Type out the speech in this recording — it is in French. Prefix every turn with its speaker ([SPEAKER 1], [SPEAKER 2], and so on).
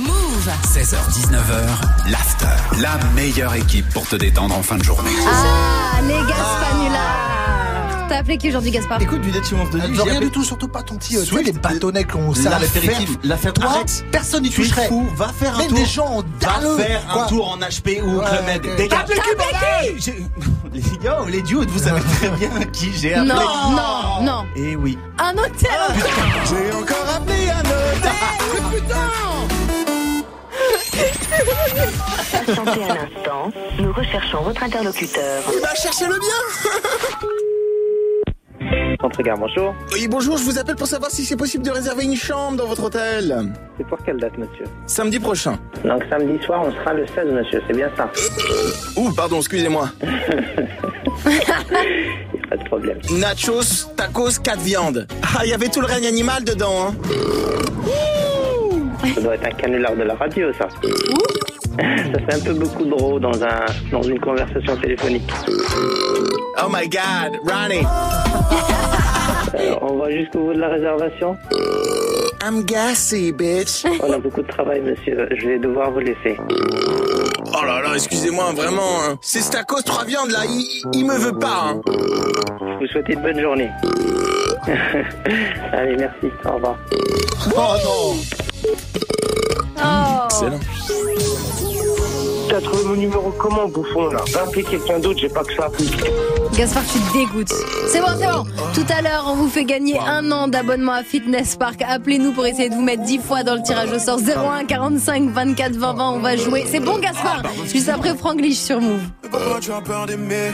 [SPEAKER 1] Move.
[SPEAKER 2] 16h-19h, l'after. La meilleure équipe pour te détendre en fin de journée.
[SPEAKER 3] Ah, les Gaspanulars T'as appelé qui aujourd'hui, Gaspard
[SPEAKER 4] Ah. Écoute, du Netflix de
[SPEAKER 5] Rien du tout, surtout pas ton petit. euh, Tu sais,
[SPEAKER 4] Swift,
[SPEAKER 5] les bâtonnets qu'on sert à l'apéritif.
[SPEAKER 4] L'affaire
[SPEAKER 5] Toi,
[SPEAKER 4] Arrête.
[SPEAKER 5] personne n'y
[SPEAKER 4] Tu es
[SPEAKER 5] toucherait.
[SPEAKER 4] fou, va faire un
[SPEAKER 5] Même
[SPEAKER 4] tour.
[SPEAKER 5] des gens en
[SPEAKER 4] Va
[SPEAKER 5] dalleux.
[SPEAKER 4] faire
[SPEAKER 5] quoi.
[SPEAKER 4] un tour en HP ou Club Med.
[SPEAKER 5] ok.
[SPEAKER 4] Dégage. J'ai- Les gars, les dudes, vous savez très bien qui j'ai appelé.
[SPEAKER 3] Non, non, non.
[SPEAKER 4] Et oui. Ah.
[SPEAKER 3] Un hôtel
[SPEAKER 5] J'ai encore appelé un autre.
[SPEAKER 6] Patientez un instant, nous recherchons votre interlocuteur.
[SPEAKER 5] Il va chercher le bien.
[SPEAKER 7] Centre Gare, bonjour.
[SPEAKER 5] Oui, bonjour, je vous appelle pour savoir si c'est possible de réserver une chambre dans votre hôtel.
[SPEAKER 7] C'est pour quelle date, monsieur
[SPEAKER 5] Samedi prochain.
[SPEAKER 7] Donc samedi soir, on sera le 16, monsieur, c'est bien ça.
[SPEAKER 5] Ouh, pardon, excusez-moi.
[SPEAKER 7] Pas de problème.
[SPEAKER 5] Nachos, tacos, 4 viandes. Ah, il y avait tout le règne animal dedans, hein.
[SPEAKER 7] Ça doit être un canular de la radio, ça. Ça fait un peu beaucoup de rots dans, un, dans une conversation téléphonique.
[SPEAKER 5] Oh my god, Ronnie.
[SPEAKER 7] Euh, on va jusqu'au bout de la réservation
[SPEAKER 5] I'm gassy, bitch.
[SPEAKER 7] On a beaucoup de travail, monsieur. Je vais devoir vous laisser.
[SPEAKER 5] Oh là là, excusez-moi, vraiment. Hein. C'est ce tacos, 3 viandes, là. Il, il me veut pas, hein.
[SPEAKER 7] Je vous souhaite une bonne journée. Allez, merci. Au revoir.
[SPEAKER 5] Oh non.
[SPEAKER 3] Oh.
[SPEAKER 5] Excellent.
[SPEAKER 7] T'as trouvé mon numéro comment, bouffon, là Va appeler quelqu'un d'autre, j'ai pas que ça.
[SPEAKER 3] Gaspard, tu te dégoûtes. C'est bon, c'est bon.
[SPEAKER 4] Ah.
[SPEAKER 3] Tout à l'heure, on vous fait gagner un an d'abonnement à Fitness Park. Appelez-nous pour essayer de vous mettre 10 fois dans le tirage au sort.
[SPEAKER 4] Ah.
[SPEAKER 3] 01 45
[SPEAKER 4] Ah,
[SPEAKER 3] 24 20 20. On va jouer. C'est bon, Gaspard. Juste après Franglish sur Move.
[SPEAKER 8] Pourquoi tu as peur d'aimer